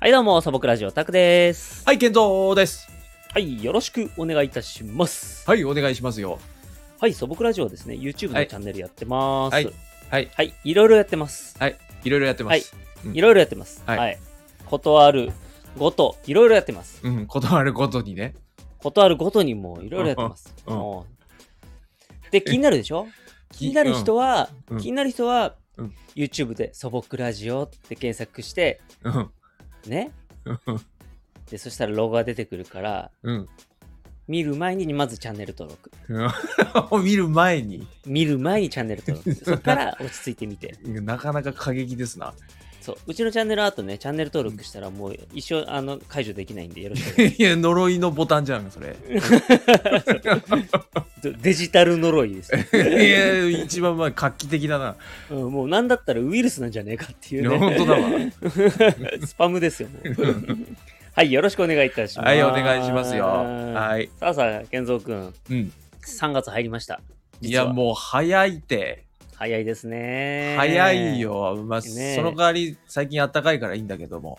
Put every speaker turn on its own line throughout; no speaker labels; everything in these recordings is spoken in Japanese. はい、どうも、素朴ラジオタクです。
はい、健三です。
はい、よろしくお願いいたします。
はい、お願いしますよ。
はい、素朴ラジオはですね、YouTube
は
の
い
チャンネルやってます。
はい、はい、
はい、いろいろやってます。
いろいろやってます。
いろいろやってます。は。
はいい
断るごと、いろいろやってます。
うん、断るごとにね。
断るごとにもいろいろやってます。
うん
もうで、気になるでしょ気になる人
は、
は、
うん
気になる人は、
うん
YouTube で素朴ラジオって検索して、
うん、
ね。
うん
で、そしたらロゴが出てくるから、
うん、
見る前にまずチャンネル登録。
うん 見る前に、
見る前にチャンネル登 録。そこから落ち着いてみて。
なかなか過激ですな。
そう。うちのチャンネルあとね、チャンネル登録したらもう一生あの解除できないんでよろしく。
いや、呪いのボタンじゃん、それ。
デデジタル呪いです、
いや、一番まあ画期的だな。
うん。もうなんだったらウイルスなんじゃねえかってい
いうや、本
ね。
当だわ。
スパムですよ。 もうはい、よろしくお願いいたします。
はい、お願いしますよ。はい。
さあさあ、健三くん、
うん。
3月入りました。
い
実は
や、もう早いって。
早いですね。
早い。よ。まあ、そ
ねえ
の代わり、最近暖かいからいいんだけども。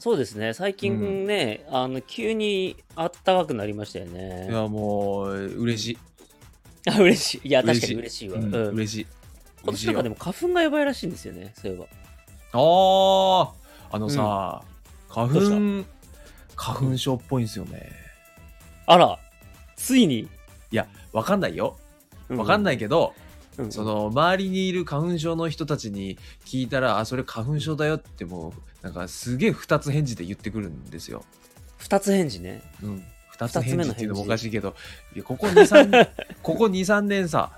そうですね、最近ね、あの急にあったかくなりましたよ
い
ね。
や、もう、嬉しい。
あ嬉しい。いや、確
嬉
か
し
に
い
嬉しいわ。
う
うん
ん嬉しい。
今年なんかでも花粉がやばいらしいんですよね、そういえば。
あああのさ、
どう
花粉花粉症っぽいんですよね
あら、ついに。。
いやわかんないよわかんないいけど、
うんうん
その周りにいる花粉症の人たちに聞いたらあそれ花粉症だよってもうなんかすげえ2つ返事で言ってくるんですよ、
二つ返事ね。
うん、2つ返事っていうのもお
二
か
つ
しいけどいやここ23 ここ23年さ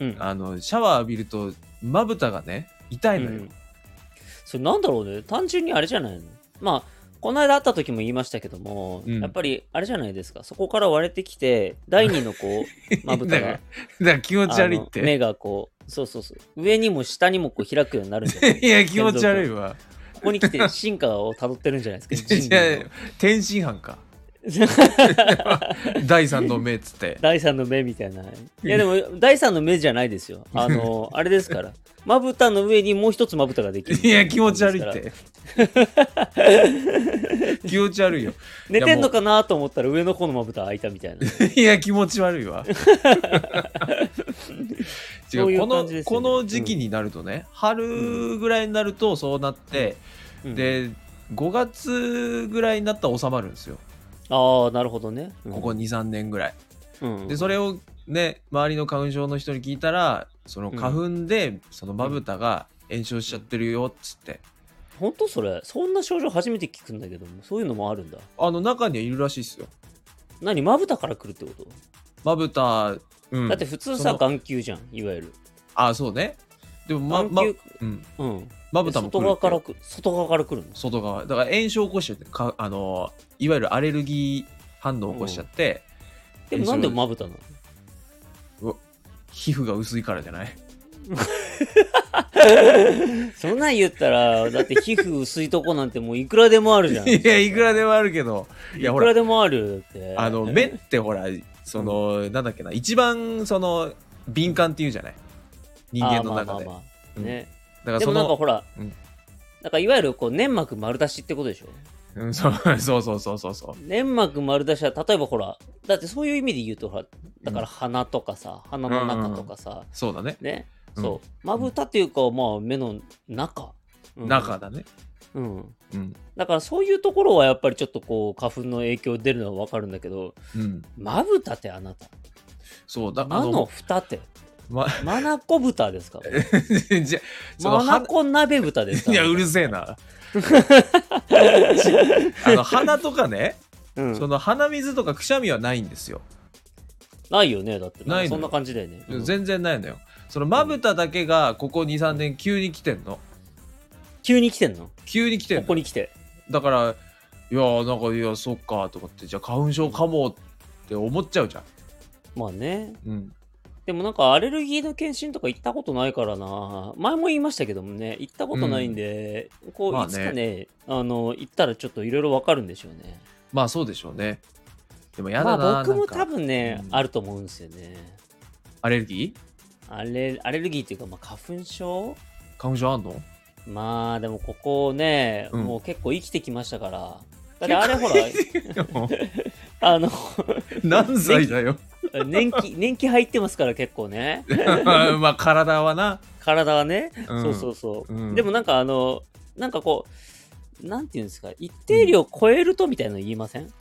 うん。
あのシャワー浴びるとまぶたがね痛
う
いのよ、
ん、それなんだろうね。単純にあれじゃないのまあ、この間会った時も言いましたけども、
うん
やっぱりあれじゃないですか。そこから割れてきて、第二のこ う、まぶた
だ
が
か、だから気持ち悪いっ
あの目
て
がこう、そうそうそう。上にも下にもこう開くようになるんじゃない
いや気持ち悪いわ
ここに来て進化をたどってるんじゃないですか。人
じゃ
類の
天津飯か 第三の目っつって
第三の目みたいな。いやでも、第三の目じゃないです よ。あの、あれですから。まぶたの上にもう一つまぶたができる。
いや気持ち悪いって 気持ち悪いよ
寝てんのかなと思ったら上の方のまぶた開いたみたいな。
いや気持ち悪い わ違
そう
う
いう
こ
感
の
じですよね
この時期になるとね、春ぐらいになるとそうなって、
うん、
で5月ぐらいになったら収まるんですよ
ああ、なるほどね。
ここ23年ぐらい、
うん
でそれをね周りの花粉症の人に聞いたらその花粉でそのまぶたが炎症しちゃってるよっつって
本当それ、そんな症状初めて聞くんだけども、そういうのもあるんだ。
あの中にはいるらしいですよ
何、まぶたから来るってこと、
まぶた、うん、
だって普通
そ
さ、
の
眼球じゃん、いわゆる。
あそうねでもまま,、
眼球、
うん、
うん。
まぶたも来
外
る
側
って
からく、外側から来るの。
外側だから炎症を起こしちゃってかあのいわゆるアレルギー反応を起こしちゃって、
でもなんでまぶたなの
皮膚が薄いからじゃない
そんなん言ったら、だって皮膚薄いとこなんてもういくらでもあるじゃん。
いやいくらでもあるけどいや
い
ほ
くら
ら
でもあるって。
あの目ってほらその、なんだっけな一番その敏感っていうじゃない人間の中で
あーまあまあまあ
うん
ね、
だから
でも
そ
なんか
の
ほら、
うん
なんかいわゆるこう粘膜丸出しってことでしょ
うんそう そうそうそうそうそう
粘膜丸出しは例えばほらだってそういう意味で言うとほらだから鼻とかさ、鼻の中とかさ、
そうだね、
ね
うん
そうまぶたっていうか、まあ目の中、うん
中だね
うん
うん
だからそういうところはやっぱりちょっとこう花粉の影響出るのは分かるんだけど
うん
まぶたってあなた
そうだ
まの蓋って
ま、
まなこ豚ですか
じゃ その
まな
鼻
こ鍋豚ですか
いやうるせえなあの鼻とかね、
うん
その鼻水とかくしゃみはないんですよ
ないよねだって
ないの
そんな感じだよね、うん
全然ないのよそのまぶただけがここ23年急に来てんの
急に来てんの
急に来てん
こ
の
こに来て
だからいやーなんかいやそっかと思ってじゃあ花粉症かもって思っちゃうじゃん
まあね
うん
でもなんかアレルギーの検診とか行ったことないからな前も言いましたけどもね行ったことないんで、こう
まあ
い
ね
つかね,、あ、の行ったらちょっといろいろわかるんでしょうね
まあそうでしょうねでもや
ま
だな,、
あ僕も
な
多
んか
分ね、
うん
あると思うんですよね
アレルギー
アレアレルギーっていうか、まあ、花粉症
花粉症あんの
まあでもここね、
うん
もう結構生きてきましたから。だってあれほら、
もう
あの、
何歳だよ
年季、年季入ってますから結構ね。
まあ体はな、
体はね。
うん
そうそうそう。
うん
でもなんかあの、なんかこう、なんていうんですか、一定量超えるとみたいなの言いません、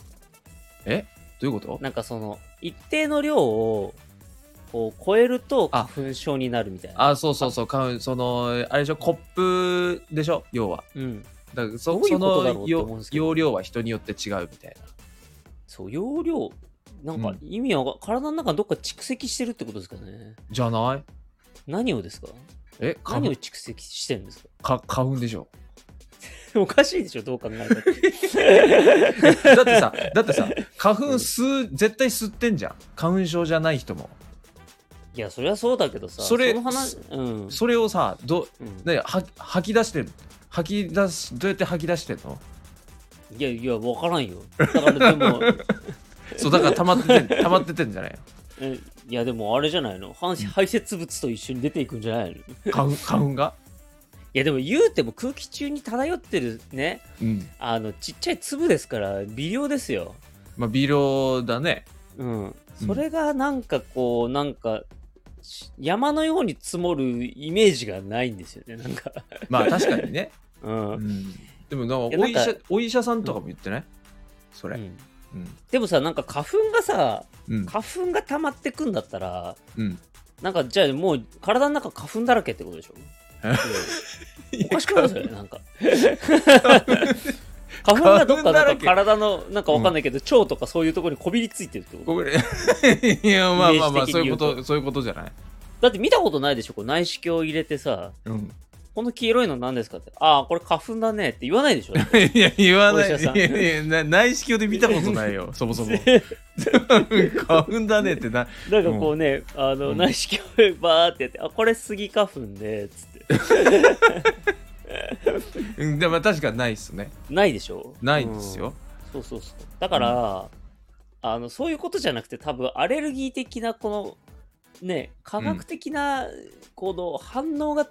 えどういうこと
なんかその、一定の量を、こう、超えると
あ
花粉症になるみたいな。
あそうそうそうかそのあれでしょコップでしょ要は
うん。
だからそ
どういうことだろう
その
って思うんですけど
容量は人によって違うみたいな
そう、容量、なん
う
か
ん
意味は、体の中どっか蓄積してるってことですかね。
じゃない
何をですか
え花
何を
粉
蓄積してるんですか
か花粉でしょ
おかしいでしょ、どう考えたって。
だってさ だってさ花粉吸う絶対吸ってんじゃん花粉症じゃない人も
いや、そりゃそうだけどさ、
それ
の話、うん。
それをさど
うん
ねは吐き出してる吐き出しどうやって吐き出してんの
いやいや、わからんよ。だからでも、
そうだから溜まってて溜まっててんじゃない
えいや、でもあれじゃないの。反排泄物と一緒に出ていくんじゃないのい
の花粉花粉が
や、でも言うても空気中に漂ってるね、
うん
あの、ちっちゃい粒ですから、微量ですよ。
まあ微量だね
うん。それがなんかこう、なんか、し山のように積もるイメージがないんですよね、なんか。
まあ確かにね
うん。
でもなん
い
か
や
お
なん
医
か
者お医者さんとかも言ってない、それ、
う
うん
んでもさ、なんか花粉がさ、
うん
花粉が溜まってくんだったら、
うん、
なんかじゃあもう体の中花粉だらけってことでし ょ、
え
うんおかしくないですよね、なん か。花粉がどっか
花粉だ
な
ら
ん
け
か体のなんかわかんないけど、腸とかそういうところにこびりついてるってこと
ごめんね いやまあまあま
イメ
あ
ージ的に
そういうこ
言う
とそういうことじゃない、
だって見たことないでしょこう内視鏡入れてさ、
うん、
この黄色いの何ですかって、ああ、これ花粉だねって言わないで しょ
いや言わない
お医者さん
いやいやな内視鏡で見たことない よそもそも花粉だねってな
なんかこうね、あの
うん
内視鏡バーってやって、あ、これスギ花粉で、つって。
うんでも確かにないっすね
ないでしょ
ないんです。
うん
よ、
そうそうそう。だから、あのそういうことじゃなくて、多分アレルギー的なこのね、科学的なこの反応が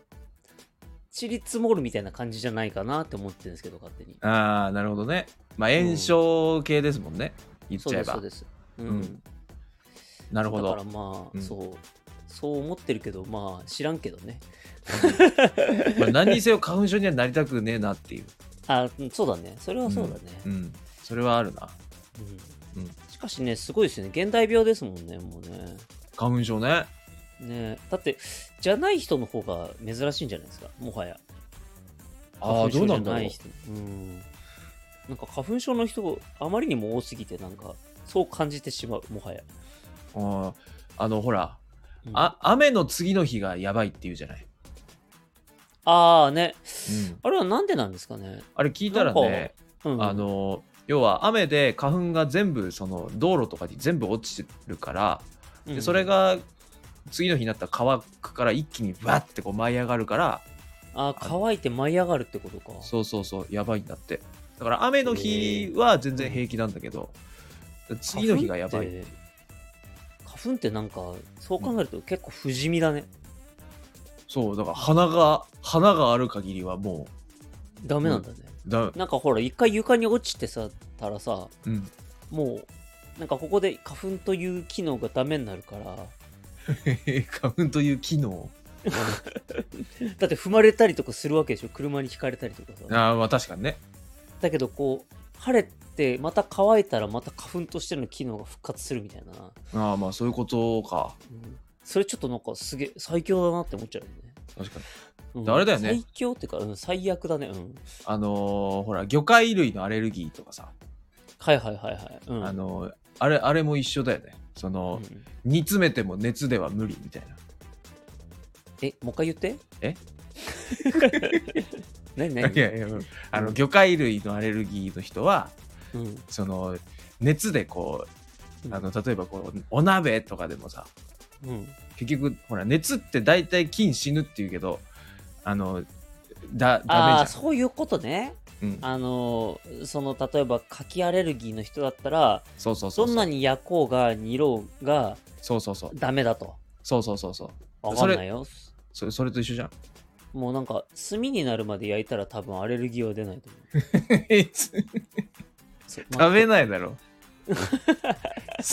散り積もるみたいな感じじゃないかなって思ってるんですけど、勝手に。
ああなるほどねまあ炎症系ですもんね、言っ
そう
ち
で
ゃえ
す、そ
ば
うです。う
うんなるほ
だから
ど
まあ、
うん
そう、そう思ってるけど、まあ知らんけどね。
まあ何にせよ花粉症にはなりたくねえなっていう、
あ、うんそうだね。それはそうだね。
うん、それはあるな
うん
うん
しかしね、すごいですよね。現代病ですもんね、もうね。
花粉症ね
ねだって、じゃない人の方が珍しいんじゃないですか、もはや。
ああ
花粉
ど
症じ
うな
ゃ
んだ
な
ろ
いう人うんなんか花粉症の人があまりにも多すぎてなんかそう感じてしまうもはや、
ああのほら、
うん
あ雨の次の日がやばいって言うじゃない、
ああねあれはなんでなんですかね、
あれ聞いたらね、
うん、
あの要は雨で花粉が全部その道路とかに全部落ちてるから、
うん、
でそれが次の日になったら乾くから一気にバッてこう舞い上がるから
あー乾いて舞い上がるってことか
そうそうそうやばいんだってだから雨の日は全然平気なんだけど、次の日がやばい
花粉って花粉ってなんかそう考えると結構不死身だね、
そうだから花が花がある限りはも
ダメなんだね、
うだ、
なんかほら一回床に落ちてさたらさ
うん、
もうなんかここで花粉という機能がダメになるから
花粉という機能
だって踏まれたりとかするわけでしょ車にひかれたりとかさ
あーまあ確かにね
だけどこう晴れてまた乾いたらまた花粉としての機能が復活するみたいな、
ああまあそういうことか
うんそれちょっとなんかすげえ最強だなって思っちゃうよね、
確かに
うん
あれだよね
最強っていうか、うん、最悪だねうん
あのーほら魚介類のアレルギーとかさ、
はいはいはいはい、うん、
あのーあれあれも一緒だよねその、
うん
煮詰めても熱では無理みたいな
えもう一回言って
え
何何
いやいやうんあ
う
の
ん
魚介類のアレルギーの人は
うん
その熱でこうあの例えばこうお鍋とかでもさ
うん
結局ほら熱って大体菌死ぬっていうけどあのだ
あ
ダ
あそういうことね
メじゃん、うん、
あのその例えば柿アレルギーの人だったら
そうそうそ
ど
うんそ
な
う
に焼こうが煮ろうが
そうそうそう
ダメだと
そうそうそうそう
わかんないよ。
それそれと一緒じゃん
もうなんか炭になるまで焼いたら多分アレルギーは出ないと思うそう。
食べ
い
ないだ ろ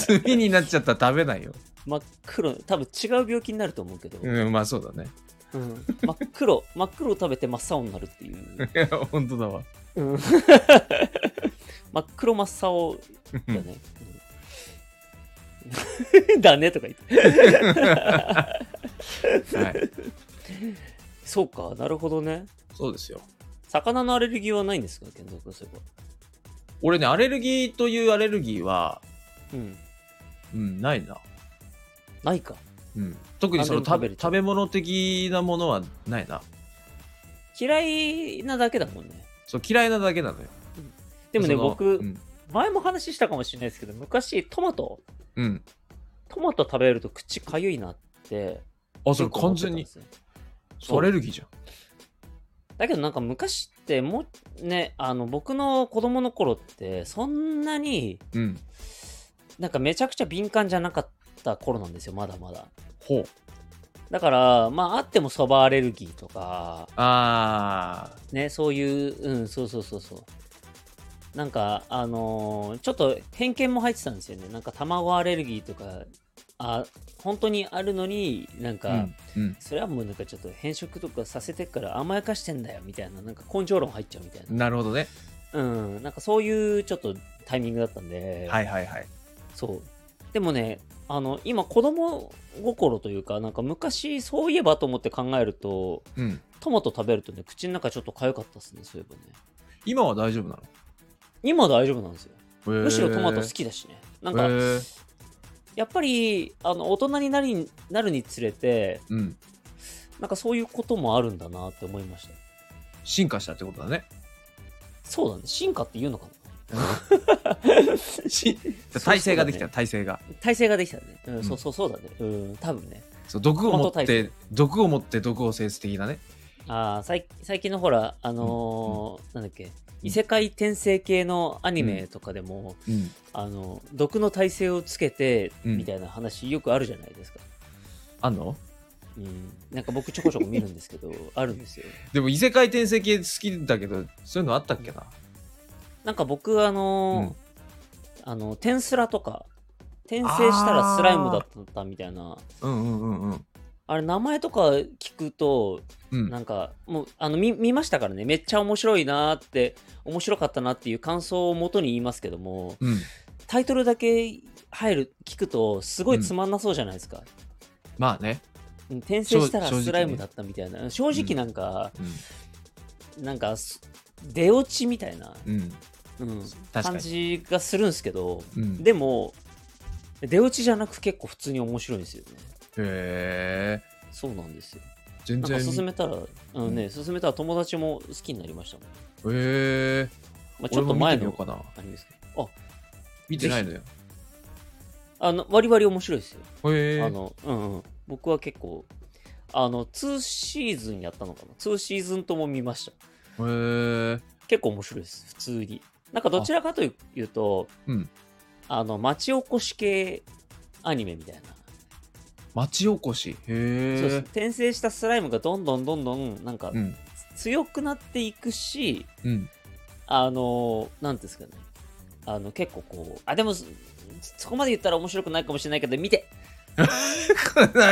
炭になっちゃったら食べないよ
真っ黒多分違う病気になると思うけど、
うんまあそうだね
うん真っ黒真っ黒を食べて真っ青になるっていう、
本当だわ
うん 真っ黒真っ青だね、うん だねとか言って
はい
そうかなるほどね
そうですよ
魚のアレルギーはないんですか健三君そういえば
俺ねアレルギーというアレルギーは
うん
うんないな、
ないか
うん、特にその
何でも食
食
べ
べ
れちゃう
食べ物的なものはないな
嫌いなだけだもんね
そう嫌いなだけなのよ
でもね
その
僕、
うん、
前も話したかもしれないですけど昔トマト
うん
トマト食べると口かゆいなって
あそれ完全に
結構思ってたんですね
アレルギーじゃん
だけどなんか昔ってもうねあの僕の子供の頃ってそんなに
うん
なんかめちゃくちゃ敏感じゃなかった頃なんですよまだまだ
ほう
だからまああってもそばアレルギーとか
あー
ねそういううんそうそうそうそうなんかあのーちょっと偏見も入ってたんですよねなんか卵アレルギーとかあ本当にあるのになんか、
うんうん
それはもうなんかちょっと変色とかさせてっから甘やかしてんだよみたいななんか根性論入っちゃうみたい
なるほどね
なうんなんかそういうちょっとタイミングだったんで、
はいはいはい
そうでもねあの今子供心というかなんか昔そういえばと思って考えると
うん
トマト食べるとね口の中ちょっと痒かったっすねそういえばね
今は大丈夫なの
今大丈夫なんですよ
む
むしろトマト好きだしねなんかやっぱりあの大人になりなるにつれて
うん
なんかそういうこともあるんだなって思いました
進化したってことだね
そうだね進化って言うのか
し
な
体勢ができ
そ
た
う
体勢が
そうだね 体勢ができたねうん、
ん
そうそうそうだねうん多分ね
そう毒を持
トマト
っ
体
て毒を持って毒を制す的なね
あー最最近のほらあのーなんだっけ異世界転生系のアニメとかでも、
うん
あの毒の耐性をつけて
うん
みたいな話よくあるじゃないですか、
あんの
うん、なんか僕ちょこちょこ見るんですけ どあるんですよ
でも異世界転生系好きだけどそういうのあったっけな
なんか僕あのー
うん
あの転スラとか転生したらスライムだったみたいなあ
うんうんうんうん
れ名前とか聞くと
うん
なんかもうあの見見ましたからねめっちゃ面白いなーって面白かったなっていう感想を元に言いますけども
うん
タイトルだけ入る聞くとすごいつまんなそうじゃないですか、
まあね
うん転生したら
正正直ね
スライムだったみたいな正直なんか、
う
なんかす出落ちみたいな、
んうん
うん、
確か
感
に
じがするんですけど、
うん
でも出落ちじゃなく結構普通に面白いんですよね
へえ
そうなんですよ
全
なんか
然
進めたら、あのね
う
進めたら友達も好きになりましたもん、
へえ
まあ、ち
俺
ょっと
も見
前
てみよ
の
うかな
あれですけどあ
見てないのよ
あの割り割り面白いですよ。
へえ
あのうんうん、僕は結構あの2シーズンやったのかな2シーズンとも見ました
へえ
結構面白いです普通になんかどちらかというと
うん
あの町おこし系アニメみたいな、
町おこしへえ
そうです転生したスライムがどんどんどんどんなんか
うん
強くなっていくし、
うん
あのなんていうんですかねあの結構こうあでもそそこまで言ったら面白くないかもしれないけど見て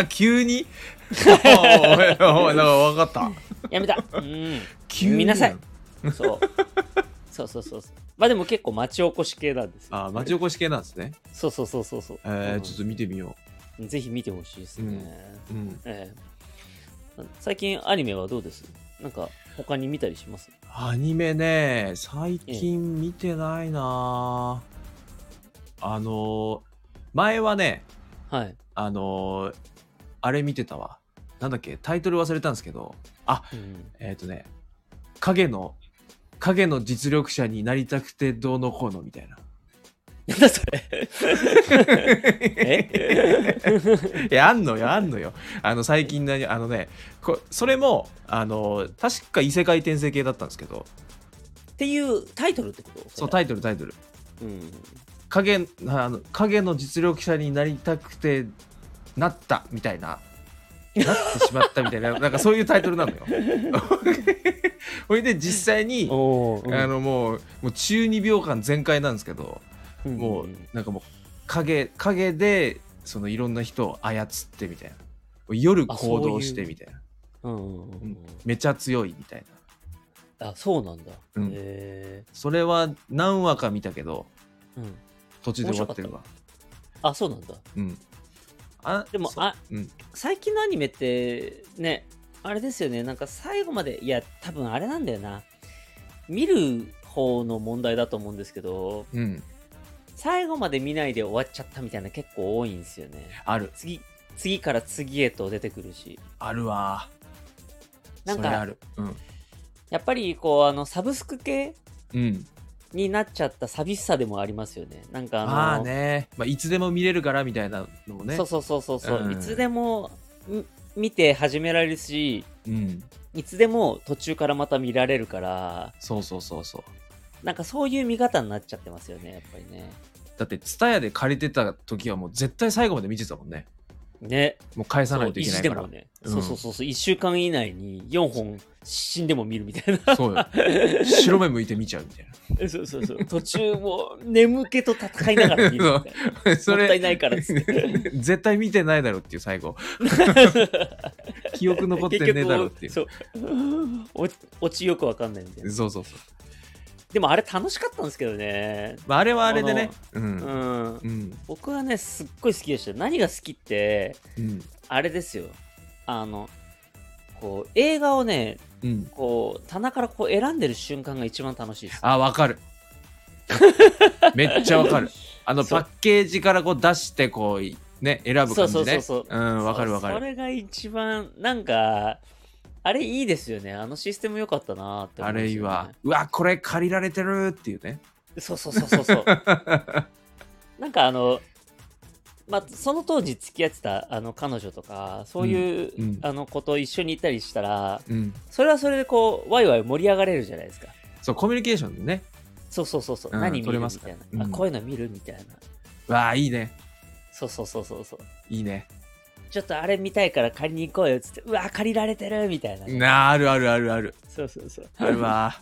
急に おいおいなんか分かった
や めたうん
急に
見なさいそうそうそうそうそうまあでも結構町おこし系なんですよ
あ町おこし系なんですね
そうそうそうそうそう、
え
う
ー
ん
ちょっと見てみよ
ぜひ見てほしいですね、
うんううん
ええ最近アニメはどうですなんか他に見たりします
アニメね最近見てないなあのー前はね
はい
あのーあれ見てたわなんだっけタイトル忘れたんですけどあ
うん
えっ、とね影の影の実力者になりたくてどうのこうのみたいな
なんだそれえ
いやあんのよあんのよあの最近なにあのねこそれもあの確か異世界転生系だったんですけど
っていうタイトルってこと
そう
イ
タイトルタイトル
トル、うん、
影あの影の実力者になりたくてなったみたいななってしまったみたいな なんかそういうタイトルなのよ。 ほいで実際に、
おー
あのもうもう中二病感全開なんですけど、
うん
もうん
ん
なんかもう影影でそのいろんな人を操ってみたいな夜行動してみたい
う
な
んうんうんうん
めちゃ強いみたいな
あそうなんだ、
うん
へ
それは何話か見たけど
ーうん、
途中で終わってるわ
あそうなんだ
うんあ
でも
そ
あ、
うん
最近のアニメってねあれですよねなんか最後までいや多分あれなんだよな見る方の問題だと思うんですけど
うん
最後まで見ないで終わっちゃったみたいな結構多いんですよね
ある
次次から次へと出てくるし
あるわ
なんか
それあるうん
やっぱりこうあのサブスク系
うん
になっちゃった寂しさでもありますよねなんかあの
まあね、まあ、いつでも見れるからみたいなのもね
そうそうそうそうそう、
うん
いつでもん見て始められるし
うん
いつでも途中からまた見られるから
そうそうそうそう
なんかそういう見方になっちゃってますよねやっぱりね
だって TSUTAYA で借りてた時はもう絶対最後まで見てたもんね
ね
もう返さ
そ
な
う
いといけ
意
な
地
い
で
から
もね、
うん
そうそうそうそう1週間以内に4本死んでも見るみたいな
そうよ。白目向いて見ちゃうみた い
そうそうそう途中もう眠気と戦いながら見るみたいな
な。そ
もったい
れ、
ないからっつって
絶対見てないだろうっていう最後。記憶残ってねえだろうっていう。
結局そう落ちよくわかんないみたいな
そうそうそう。
でもあれ楽しかったんですけどね
まあ、あれはあれでね。うん。
うん
うん。
僕はねすっごい好きでしたよ何が好きって
うん。
あれですよあのこう映画をね
うん。
こう棚からこう選んでる瞬間が一番楽しいです
あ、わ かる。めっちゃわかる。あの、
そ
パ
う
ッケージからこう出して、こう、ね、選ぶ感じ
そ
ね。
うそうそうそう
うん、わかるわか
そうそ
る。
れが一番なんかあれいいですよねあのシステム良かったなって思
あ
うんで
れ
す
いい
よね
わ。うわ、これ借りられてるっていうね。
そうそうそうそうそう なんかあのまあ、その当時付き合ってたあの彼女とかそういう、
うんうん
あの子と一緒に行ったりしたら
うん。
それはそれでこうワイワイ盛り上がれるじゃないですか
そう、コミュニケーションでね。
そうそうそうそう、
うん
何見
取
る
れ
み
ます
たい
うん
な、あこういうの見るみたいな
わあ、いいね。
そうそうそうそうそう
いいね。
ちょっとあれ見たいから借りに行こうよっつってうわ借りられてるみたいな、
なあ、あるあるあ るある。
そうそうそう
あるわ。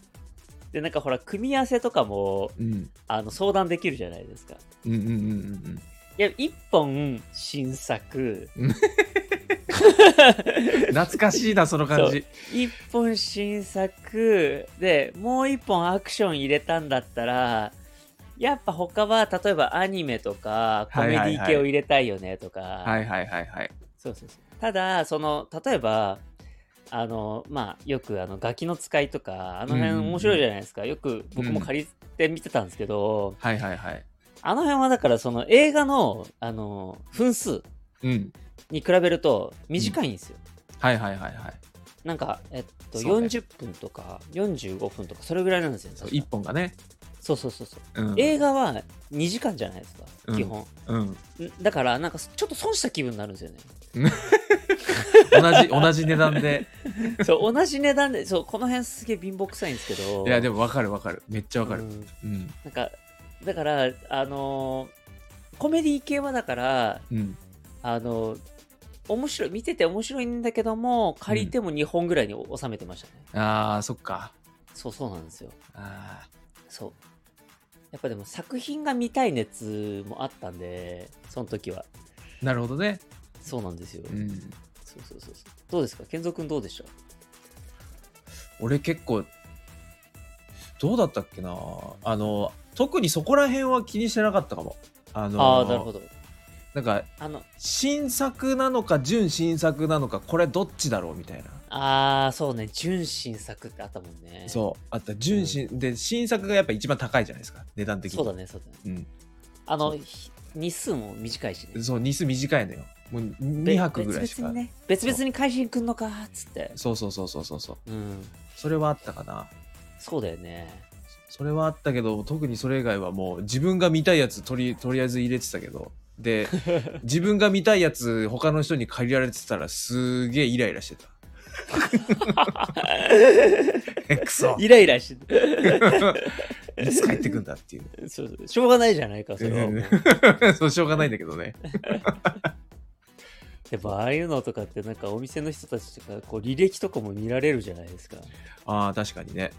でなんかほら組み合わせとかも
うん。
あの相談できるじゃないですか
うんうんうん
いや1本新作
うん。懐かしいな、その感じ。
1本新作でもう1本アクション入れたんだったらやっぱ他は例えばアニメとかコメディ系を入れたいよねとか、
はいはいはいはい。
そうそうそうただその例えばあのまあよくあのガキの使いとかあの辺
うんうんうん
面白いじゃないですか、よく僕も借りて見てたんですけど、
はいはいはい。
あの辺はだからその映画のあの分数
うん。
に比べると短いんですよ、
はいはいはいはい。
なんかえっと
そうね
40分とか45分とかそれぐらいなんですよ
そう、
確
一
か
本がね。
そうそうそうそう、
うん。
映画は2時間じゃないですか
うん
基本、
うん。
んだからなんかちょっと損した気分になるんですよね
同じ、同じ値段 で。
そう同じ値段でそうこの辺すげえ貧乏くさいんですけど
いや、で
も
もわかるわかる。めっちゃわかる。うん。
なんか、だから、あのーコメディ系はだから、
うん。
あのー面白い、見てて面白いんだけども、借りても2本ぐらいにお収めてましたね。
ああ、そっか。
そうそうなんですよ。
あ
そう。やっぱでも作品が見たい熱もあったんで、その時は。
あ。なるほどね。
そうなんですよ。
うん。
そうそうそうそう。どうですか健三君どうでした
俺結構、どうだったっけなあの、特にそこら辺は気にしてなかったかも。あの
ああー、なるほど。
なんか、
あの、
新作なのか、準新作なのか、これどっちだろうみたいな。
ああ、そうね、純真作ってあったもんね。
そうあった純新、で新作がやっぱ一番高いじゃないですか値段的に
そうだね、そうだね。
うん
あ
そ
の、ひ日数も短いしね。
そう日数短いのよもう
べ
2泊ぐらいし
別
か、
々にね別々に会社に来んのかっつって
そうそうそうそうそうそう
うん
それはあったかな
そうだよね
それはあったけど特にそれ以外はもう自分が見たいやつとりとりあえず入れてたけど で自分が見たいやつ他の人に借りられてたらすげえイライラしてた えくそ
イライラして
いつ帰ってくんだっていう
そうそう しょうがないじゃないかそれはもう
そうしょうがないんだけどね
やっぱああいうのとかってなんかお店の人たちとかこう履歴とかも見られるじゃないですか。
ああ、確かにね。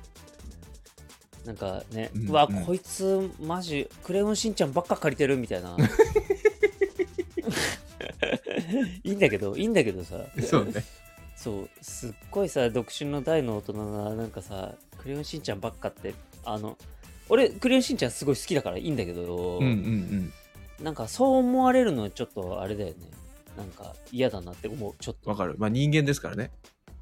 なんかね、
うん
うわ、
うん
こいつマジクレヨンしんちゃんばっか借りてるみたい な。いいんだけど、いいんだけどさ。
そうね。
そう、すっごいさ、独身の大の大人な、なんかさ、クレヨンしんちゃんばっかって、あの、俺、クレヨンしんちゃんすごい好きだからいいんだけど、
うんうんうん。
なんかそう思われるのはちょっとあれだよね。なんか嫌だなって思う、ちょっと。
わかる。まあ人間ですからね。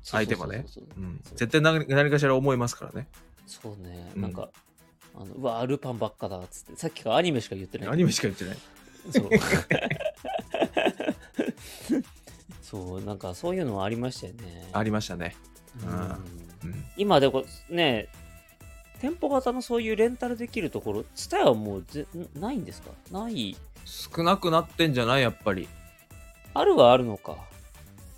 そうそう
相手もね
そうそう
うん。絶対何何かしら思いますからね。
そうね、
うん
なんか、あのうわ、アルパンばっかだっつって、さっきからアニメしか言ってない。
アニメしか言ってない。
そう。 そう、なんかそういうのはありましたよね。
ありましたね。
うん
あうん。
今でこね、店舗型のそういうレンタルできるところ、ツタヤはもうぜないんですかない。
少なくなってんじゃないやっぱり。
あるはあるのか。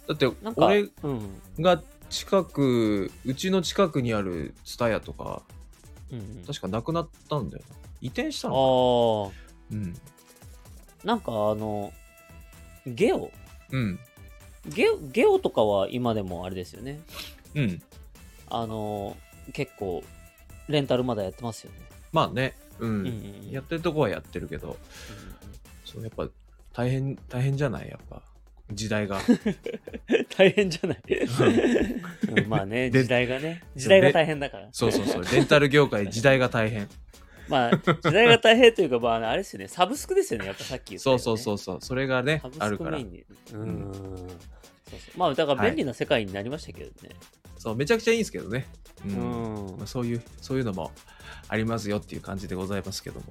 だって
なんか、
俺
うん。
が近く、うちの近くにあるツタヤとか、
うんうん、
確かなくなったんだよな。移転した
あ
の
ー
うん。
なんかあの、ゲオ
うん。
ゲオゲオとかは今でもあれですよね。
うん。
あの、結構、レンタルまだやってますよね。
まあね。う。
うんんうん
やってるとこはやってるけど、そうやっぱ大変、大変じゃないやっぱ。時 代が。
大変じゃない、 うんまあね、
で
時代がね、時代が大変だから。
そうそうそう。レンタル業界、時代が大変。
まあ、時代が大変というか、まあ、あれですよね、サブスクですよね、やっぱさっき言った、
そ
ね。。
うそうそううそう。それがね
サブ、
あ
ス
る
ク
から
メイ。ンで。うーん。そうそうまあ、だから便利な世界になりましたけどね。
そう、めちゃくちゃいいんですけどね。う。
うんん
まあ、。そういう、そういうのもありますよっていう感じでございますけども。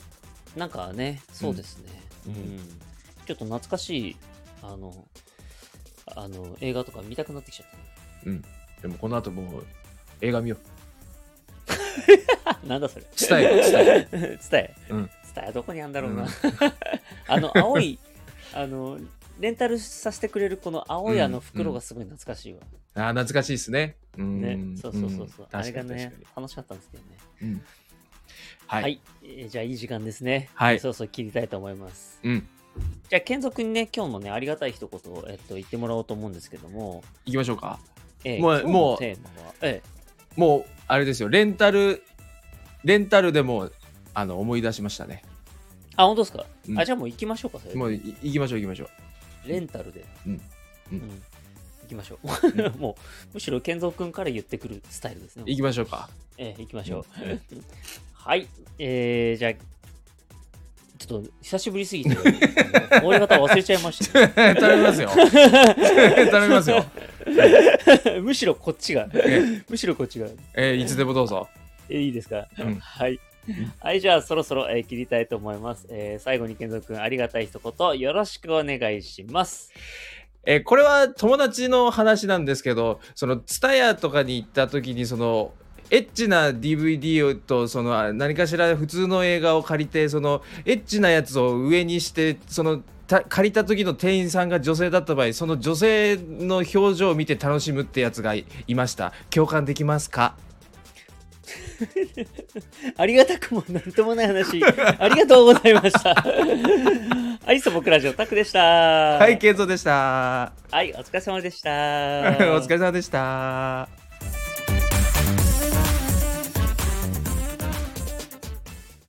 なんかね、そうですね。
う
うんん。ちょっと懐かしい、あの、あの、映画とか見たくなってきちゃっ
でもこの後もう映画見よう。
た。 なんだそれ。
伝えよう、伝えよう。
伝え。
うん
伝え、どこにあんだろうな。
うん
あの、青い、あの、レンタルさせてくれるこの青いあの
う
袋
ん
がすごい懐かしいわ。
ああ、懐かしいですね。うん
ね、そうそうそうそう、
ん
あれ
確か
が
に確か
ね、楽しかったんですけどね。
に。うん
はい、
はい。
えーじゃあいい時間ですね。
はい
そろそろ切りたいと思います。
うん。
じゃあ、健三君にね、今日もね、ありがたい一言を、えっと、言ってもらおうと思うんですけども、
行きましょうか。
え
もう
今日の
もう
テーマは、え
もう、あれですよ。レンタル、レンタルでもう、あの、思い出しましたね。
えあ、本当ですか、
うん
あ、じゃあもう行きましょうか、それ。
もう、い行きましょう、行きましょう。
レンタルで。
うんうん
行きましょ
う
う。 もう、むしろ健三君から言ってくるスタイルですね。
行きましょうか。
ええ行きましょう。
うん
はい、えー、じゃあ、ちょっと久しぶりすぎて、 終わり方忘れちゃいました。
頼みま すよ。頼みますよ。
むしろこっちが、
え
むしろこっちが、
えーいつでもどうぞ。
えいいですか、
うん
はい。はい、じゃあそろそろ、えー切りたいと思います。えー最後に健三君、ありがたい一言、よろしくお願いします。
えーこれは友達の話なんですけどそのツタヤとかに行った時にそのエッチな DVD をとそのあ何かしら普通の映画を借りてそのエッチなやつを上にしてそのた借りた時の店員さんが女性だった場合その女性の表情を見て楽しむってやつがいいました共感できますか
ありがたくもなんともない 話、ありがとうございま した。はい、そぼくラジオタクでした。
は、
はい
ケイゾーでした
はい、お疲れ様でした。お
お疲れ様でした